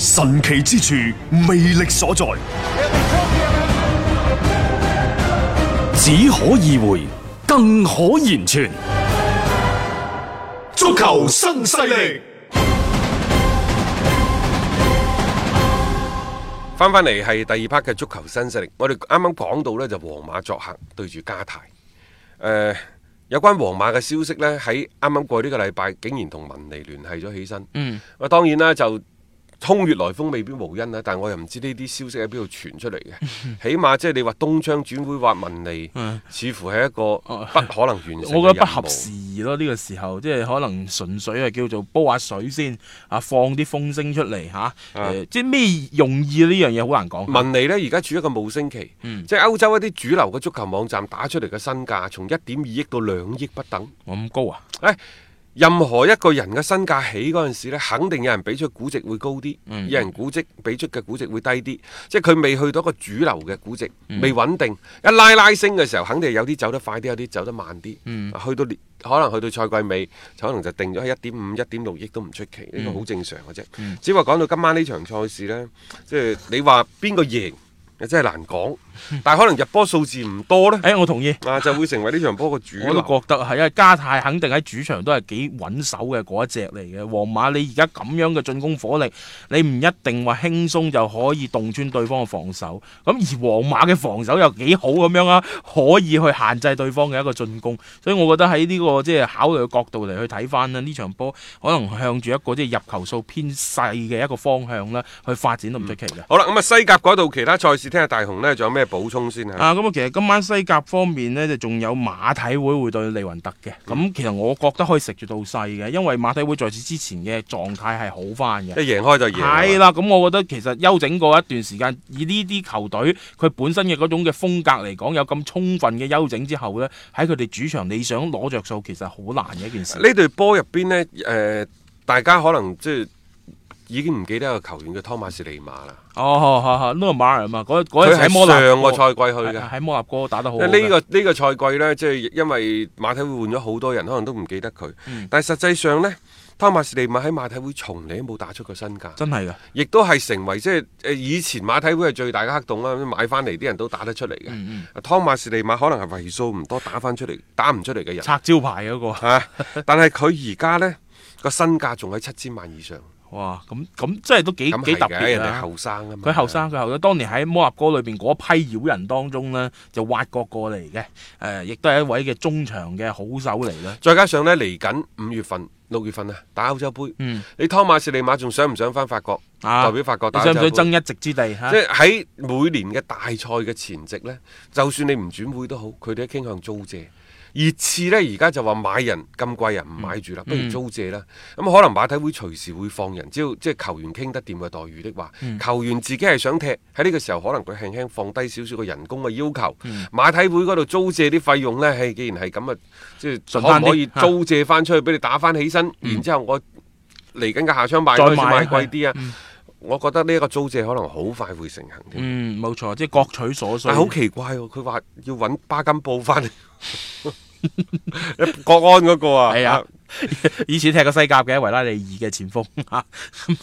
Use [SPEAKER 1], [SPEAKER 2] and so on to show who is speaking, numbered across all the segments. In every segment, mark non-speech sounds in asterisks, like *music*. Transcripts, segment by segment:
[SPEAKER 1] 神奇之處，魅力所在，
[SPEAKER 2] 只可意會，更可言傳。
[SPEAKER 3] 足球新勢力，
[SPEAKER 4] 翻翻嚟係第二 part 嘅足球新勢力，我哋啱啱講到呢，就皇馬作客對住加泰，誒、呃有關皇馬嘅消息呢，喺啱啱過去呢個禮拜竟然同文尼聯繫咗起身。嗯，啊當然啦，就空穴來風未必無因啦，但我又唔知呢啲消息喺邊度傳出嚟嘅。
[SPEAKER 5] *laughs*
[SPEAKER 4] 起碼即係你話東窗轉會話文尼，似乎係一個不可能完成
[SPEAKER 5] 嗯
[SPEAKER 4] 嘅
[SPEAKER 5] 哦我覺得不
[SPEAKER 4] 任
[SPEAKER 5] 合
[SPEAKER 4] 務
[SPEAKER 5] 時宜咯，呢、個時候即係可能純粹係叫做煲下水先，啊放啲風聲出嚟嚇，誒、即係咩用意呢樣嘢好難講。
[SPEAKER 4] 文尼呢而家處於一個冇升期，
[SPEAKER 5] 嗯
[SPEAKER 4] 即係歐洲一啲主流嘅足球網站打出嚟嘅身價，從一點二億到兩億不等。
[SPEAKER 5] 我咁高啊？
[SPEAKER 4] 誒，任何一個人嘅身價起嗰陣時咧，肯定有人俾出估值會高啲，
[SPEAKER 5] 嗯
[SPEAKER 4] 有人估值俾出嘅估值會低啲，即係佢未去到一個主流嘅估值，
[SPEAKER 5] 嗯
[SPEAKER 4] 未穩定，一拉拉升嘅時候，肯定有啲走得快啲，有啲走得慢啲，
[SPEAKER 5] 嗯
[SPEAKER 4] 啊去到年可能去到賽季尾，就可能就定咗喺一點五、一點六億都唔出奇，
[SPEAKER 5] 嗯
[SPEAKER 4] 呢個好正常嘅啫。只不過講到今晚呢場賽事呢，即係你話邊個贏，真係難講，
[SPEAKER 5] *laughs*
[SPEAKER 4] 但係可能入波數字唔多呢
[SPEAKER 5] 誒、，我同意。
[SPEAKER 4] 啊就會成為呢場波嘅主
[SPEAKER 5] 哎我都
[SPEAKER 4] 流。
[SPEAKER 5] 覺得係，因為加泰肯定喺主場都係幾穩守嘅嗰一隻嚟嘅。皇馬你而家咁樣嘅進攻火力，你唔一定話輕鬆就可以洞穿對方嘅防守。咁而皇馬嘅防守又幾好咁樣啊，可以去限制對方嘅一個進攻。所以我覺得喺呢、個即係考慮嘅角度嚟去睇翻啦，呢場波可能向住一個即係入球數偏細嘅一個方向啦，去發展都唔出奇嘅。
[SPEAKER 4] 好啦，咁啊西甲嗰度其他賽事，聽下大雄呢，仲有咩補充先嚇？
[SPEAKER 5] 啊，咁啊，其實今晚西甲方面呢，就仲有馬體會會對利雲特嘅。咁、
[SPEAKER 4] 嗯
[SPEAKER 5] 其實我覺得可以食住到細嘅，因為馬體會在此之前嘅狀態係好翻
[SPEAKER 4] 一
[SPEAKER 5] 嘅。
[SPEAKER 4] 贏開就贏啊啦。
[SPEAKER 5] 係啦，咁我覺得其實休整過一段時間，以呢啲球隊佢本身嘅嗰種嘅風格嚟講，有咁充分嘅休整之後呢，喺佢哋主場你想攞着數，其實好難嘅一件事。
[SPEAKER 4] 呢隊波入邊呢，誒、大家可能即係已經唔記得個球員叫湯馬士利馬啦。
[SPEAKER 5] 哦，係係 n o m a 啊嘛，嗰嗰
[SPEAKER 4] 佢
[SPEAKER 5] 陣時喺
[SPEAKER 4] 係
[SPEAKER 5] 摩納
[SPEAKER 4] 上個
[SPEAKER 5] 哥
[SPEAKER 4] 賽季去
[SPEAKER 5] 係
[SPEAKER 4] 嘅。
[SPEAKER 5] 喺摩納哥打得好好啊
[SPEAKER 4] 呢、
[SPEAKER 5] 嘅。
[SPEAKER 4] 個呢、個賽季呢，即係因為馬體會換咗好多人，可能都唔記得佢。
[SPEAKER 5] 嗯
[SPEAKER 4] 但係實際上呢，湯馬士利馬喺馬體會從嚟都冇打出過身價，
[SPEAKER 5] 真係嘅。
[SPEAKER 4] 亦都係成為即係誒以前馬體會係最大嘅黑洞啦。買翻嚟啲人都打得出嚟嘅。
[SPEAKER 5] 嗯
[SPEAKER 4] 湯馬士利馬可能係為數唔多打翻出嚟、打唔出嚟嘅人。
[SPEAKER 5] 拆招牌嗰、個。
[SPEAKER 4] 啊！但係佢而家呢個身價仲喺七千萬以上，
[SPEAKER 5] 哇！咁咁真係都幾
[SPEAKER 4] 咁
[SPEAKER 5] 幾
[SPEAKER 4] 係
[SPEAKER 5] 特
[SPEAKER 4] 嘅，
[SPEAKER 5] 別
[SPEAKER 4] 人哋
[SPEAKER 5] 啊！
[SPEAKER 4] 後生啊嘛，
[SPEAKER 5] 佢後生，佢後生，當年喺摩納哥裏邊嗰一批妖人當中呢，就挖角過嚟嘅，誒、亦都係一位嘅中場嘅好手嚟啦。
[SPEAKER 4] 再加上呢，嚟緊五月份、六月份啊，打歐洲杯，
[SPEAKER 5] 嗯
[SPEAKER 4] 你湯馬士利馬仲想唔想翻法國
[SPEAKER 5] 啊
[SPEAKER 4] 代表法國
[SPEAKER 5] 你
[SPEAKER 4] 打
[SPEAKER 5] 想唔
[SPEAKER 4] 歐
[SPEAKER 5] 想
[SPEAKER 4] 洲杯？
[SPEAKER 5] 爭一席之地嚇
[SPEAKER 4] 即？係喺每年嘅大賽嘅前夕呢，就算你唔轉會都好，佢哋都傾向租借。熱刺呢，而家就話買人咁貴啊，唔
[SPEAKER 5] 嗯
[SPEAKER 4] 買住啦，不如租借啦。咁、可能馬體會隨時會放人，只要即係球員傾得掂嘅待遇的話，
[SPEAKER 5] 嗯
[SPEAKER 4] 球員自己係想踢喺呢個時候，可能佢輕輕放低少少個人工嘅要求。
[SPEAKER 5] 嗯
[SPEAKER 4] 馬體會嗰度租借啲費用呢，係既然係咁啊，即係
[SPEAKER 5] 順
[SPEAKER 4] 可
[SPEAKER 5] 翻啲
[SPEAKER 4] 唔可以租借翻出去俾你打翻起身？然之後我嚟緊嘅下窗賣
[SPEAKER 5] 再嗯
[SPEAKER 4] 開始
[SPEAKER 5] 賣
[SPEAKER 4] 賣貴啲啊！我覺得呢一個租借可能好快會成行添。
[SPEAKER 5] 嗯，冇錯，即係各取所需。
[SPEAKER 4] 但係好奇怪喎、佢話要揾巴金布
[SPEAKER 5] *laughs*
[SPEAKER 4] 翻嚟，國安嗰個啊，
[SPEAKER 5] 係啊， *laughs* 以前踢過西甲嘅維拉利爾嘅前鋒 *laughs* 嚇，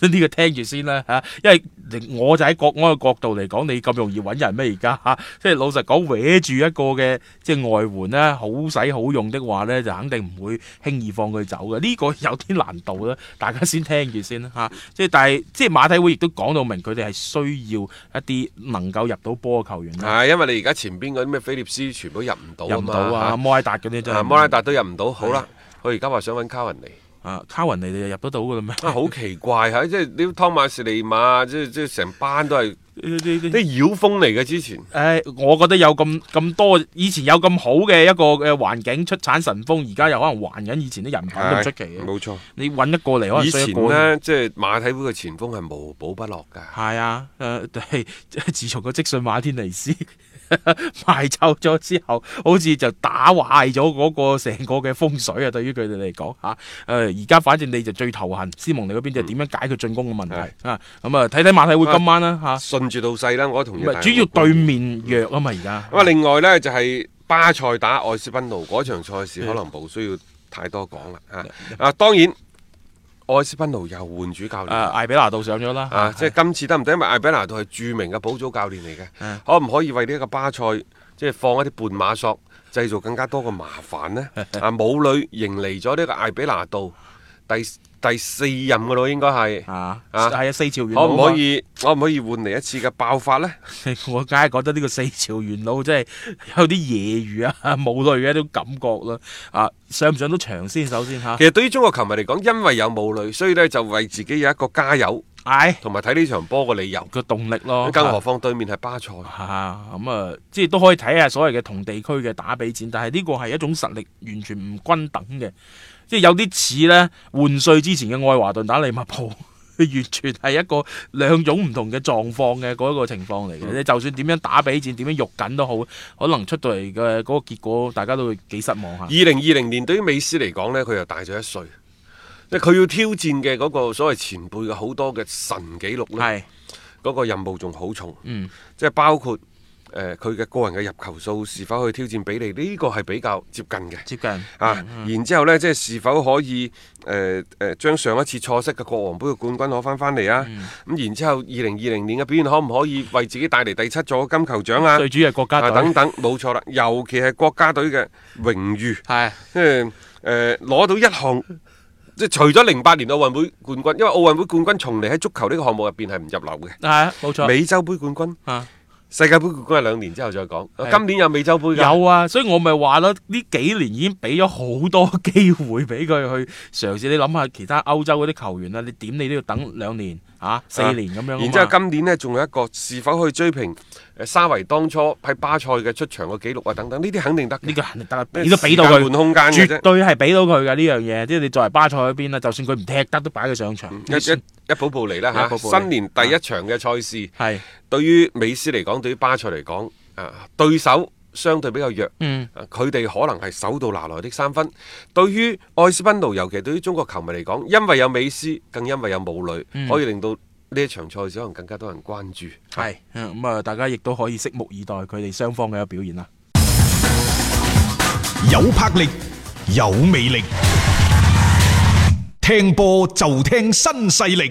[SPEAKER 5] 咁呢個聽住先啦嚇，因為我就喺國安嘅角度嚟講，你咁容易揾人咩而家 *laughs* 嚇？即係老實講，搲住一個嘅即係外援咧，好使好用的話咧，就肯定唔會輕易放佢走嘅。呢、個有啲難度啦， *laughs* 大家先聽住先啦嚇。即係但係即係馬體會亦都講到明，佢哋係需要一啲能夠入到波嘅球員
[SPEAKER 4] 係、
[SPEAKER 5] 啦，
[SPEAKER 4] 啊因為你而家前邊嗰啲咩菲利斯全部都入唔到
[SPEAKER 5] 入
[SPEAKER 4] 啊
[SPEAKER 5] 唔
[SPEAKER 4] 嘛，
[SPEAKER 5] 到啊，
[SPEAKER 4] 嚇
[SPEAKER 5] 摩拉達嗰啲真係
[SPEAKER 4] 啊摩拉達都入唔到，好啦，佢而家話想揾卡雲尼，
[SPEAKER 5] 啊，卡雲尼你就入得到噶啦 *laughs* 咩？
[SPEAKER 4] 啊，好奇怪嚇！即係你湯馬士利馬，即係即係成班都係
[SPEAKER 5] 呢啲呢啲
[SPEAKER 4] 啲妖風嚟嘅。之前
[SPEAKER 5] 唉，我覺得有咁咁多，以前有咁好嘅一個嘅環境出產神風，而家又可能還緊以前啲人品都唔出奇
[SPEAKER 4] 係
[SPEAKER 5] 嘅。
[SPEAKER 4] 冇錯。
[SPEAKER 5] 你揾一個嚟，可能
[SPEAKER 4] 以
[SPEAKER 5] 衰一
[SPEAKER 4] 前
[SPEAKER 5] 個。
[SPEAKER 4] 呢，即係馬體會嘅前鋒係無寶不落㗎。
[SPEAKER 5] 係啊，誒、但係 *laughs* 自從個積信馬天尼斯 *laughs* 賣走咗之後，好似就打壞咗嗰個成個嘅風水啊！對於佢哋嚟講嚇，誒而家反正你就最頭痕，斯蒙尼嗰邊
[SPEAKER 4] 嗯
[SPEAKER 5] 就點樣解決進攻嘅問題、啊？咁啊，睇睇馬體會今晚啦嚇，
[SPEAKER 4] 順住到勢啦，我同
[SPEAKER 5] 唔
[SPEAKER 4] 意
[SPEAKER 5] 係
[SPEAKER 4] 大
[SPEAKER 5] 主
[SPEAKER 4] 家
[SPEAKER 5] 要
[SPEAKER 4] 嘅觀
[SPEAKER 5] 對
[SPEAKER 4] 點
[SPEAKER 5] 面弱啊嘛而家。
[SPEAKER 4] 咁啊，另外呢，就係、巴塞打愛斯賓奴嗰場賽事，可能冇需要太多講啦嚇。啊，當然愛斯賓奴又換主教練。
[SPEAKER 5] 誒、啊艾比拿度上咗啦，
[SPEAKER 4] 啊！即係今次得唔得？因為艾比拿度係著名嘅保組教練嚟嘅，可唔可以為呢一個巴塞即係放一啲半馬索，製造更加多嘅麻煩呢？啊，母女迎嚟咗呢個艾比拿度第第四任嘅咯，應該係
[SPEAKER 5] 啊，
[SPEAKER 4] 啊
[SPEAKER 5] 係啊，四朝元
[SPEAKER 4] 可
[SPEAKER 5] 老
[SPEAKER 4] 唔
[SPEAKER 5] 啊
[SPEAKER 4] 可？以可唔可以換嚟一次嘅爆發呢？
[SPEAKER 5] 我梗係覺得呢個四朝元老真係有啲揶揄啊、冇類嘅一種感覺啦。啊，上唔上到場先？首先嚇，
[SPEAKER 4] 其實對於中國球迷嚟講，因為有母女，所以呢就為自己有一個加油
[SPEAKER 5] 唉，
[SPEAKER 4] 同埋睇呢場波嘅理由。
[SPEAKER 5] 個動力咯。
[SPEAKER 4] 更何況對面係巴塞，
[SPEAKER 5] 啊，咁啊，即係都可以睇下所謂嘅同地區嘅打比戰，但係呢個係一種實力完全唔均等嘅，即係有啲似呢換帥之前嘅愛華頓打利物 *laughs* 浦，完全係一個兩種唔同嘅狀況嘅嗰一個情況嚟
[SPEAKER 4] *laughs*
[SPEAKER 5] 嘅。你就算點樣打比戰，點樣肉緊都好，可能出到嚟嘅嗰個結果，大家都會幾失望下
[SPEAKER 4] 二。零二零年對於美斯嚟講呢，佢又大咗一歲，即係佢要挑戰嘅嗰個所謂前輩嘅好多嘅神紀錄呢，
[SPEAKER 5] 係
[SPEAKER 4] 嗰個任務仲好重，
[SPEAKER 5] 嗯
[SPEAKER 4] 即係包括誒佢嘅個人嘅入球數是否去挑戰比利，呢、個係比較接近嘅。
[SPEAKER 5] 接近
[SPEAKER 4] 啊，
[SPEAKER 5] 嗯
[SPEAKER 4] 然之後呢，即係是否可以誒誒將上一次錯失嘅國王杯嘅冠軍攞翻翻嚟啊？
[SPEAKER 5] 嗯
[SPEAKER 4] 咁然之後，二零二零年嘅表現可唔可以為自己帶嚟第七座嘅金球獎啊？
[SPEAKER 5] 最主要係國家
[SPEAKER 4] 啊
[SPEAKER 5] 隊
[SPEAKER 4] 等等，冇錯啦，尤其係國家隊嘅榮譽。
[SPEAKER 5] 係
[SPEAKER 4] 即係誒攞到一項，即係除咗零八年奧運會冠軍，因為奧運會冠軍從嚟喺足球呢個項目入邊係唔入流嘅。
[SPEAKER 5] 係啊冇錯。
[SPEAKER 4] 美洲杯冠軍、
[SPEAKER 5] 啊
[SPEAKER 4] 世界盃冠軍係兩年之後再講。
[SPEAKER 5] 係
[SPEAKER 4] 今年有美洲杯㗎，
[SPEAKER 5] 有啊，所以我咪話咯，呢幾年已經俾咗好多機會俾佢去嘗試。你諗下其他歐洲嗰啲球員啦，你點你都要等兩年啊、四年咁樣啊嘛。
[SPEAKER 4] 然之後今年呢，仲有一個是否去追平誒沙維當初喺巴塞嘅出場嘅記錄啊等等，呢啲肯定得嘅。
[SPEAKER 5] 呢個肯定得，
[SPEAKER 4] 咩
[SPEAKER 5] 俾都俾到
[SPEAKER 4] 時間換
[SPEAKER 5] 佢，
[SPEAKER 4] 空間嘅
[SPEAKER 5] 絕
[SPEAKER 4] 啫，
[SPEAKER 5] 對係俾到佢嘅呢樣嘢。即係你作為巴塞嗰邊啦，就算佢唔踢得，都擺佢上場。
[SPEAKER 4] 嗯一一一步步嚟啦
[SPEAKER 5] 一步步
[SPEAKER 4] 嚇。
[SPEAKER 5] 嚟
[SPEAKER 4] 新年第一場嘅賽事，
[SPEAKER 5] 係
[SPEAKER 4] 對於美斯嚟講，對於巴塞嚟講，啊對手相對比較弱。
[SPEAKER 5] 嗯
[SPEAKER 4] 啊佢哋可能係手到拿來的三分。對於愛斯賓奴，尤其對於中國球迷嚟講，因為有美斯，更因為有母女，可以令到呢一場賽事可能更加多人關注。
[SPEAKER 5] 嗯係嗯咁啊，大家亦都可以拭目以待佢哋雙方嘅表現啦。
[SPEAKER 3] 有魄力，有魅力，聽波就聽新勢力。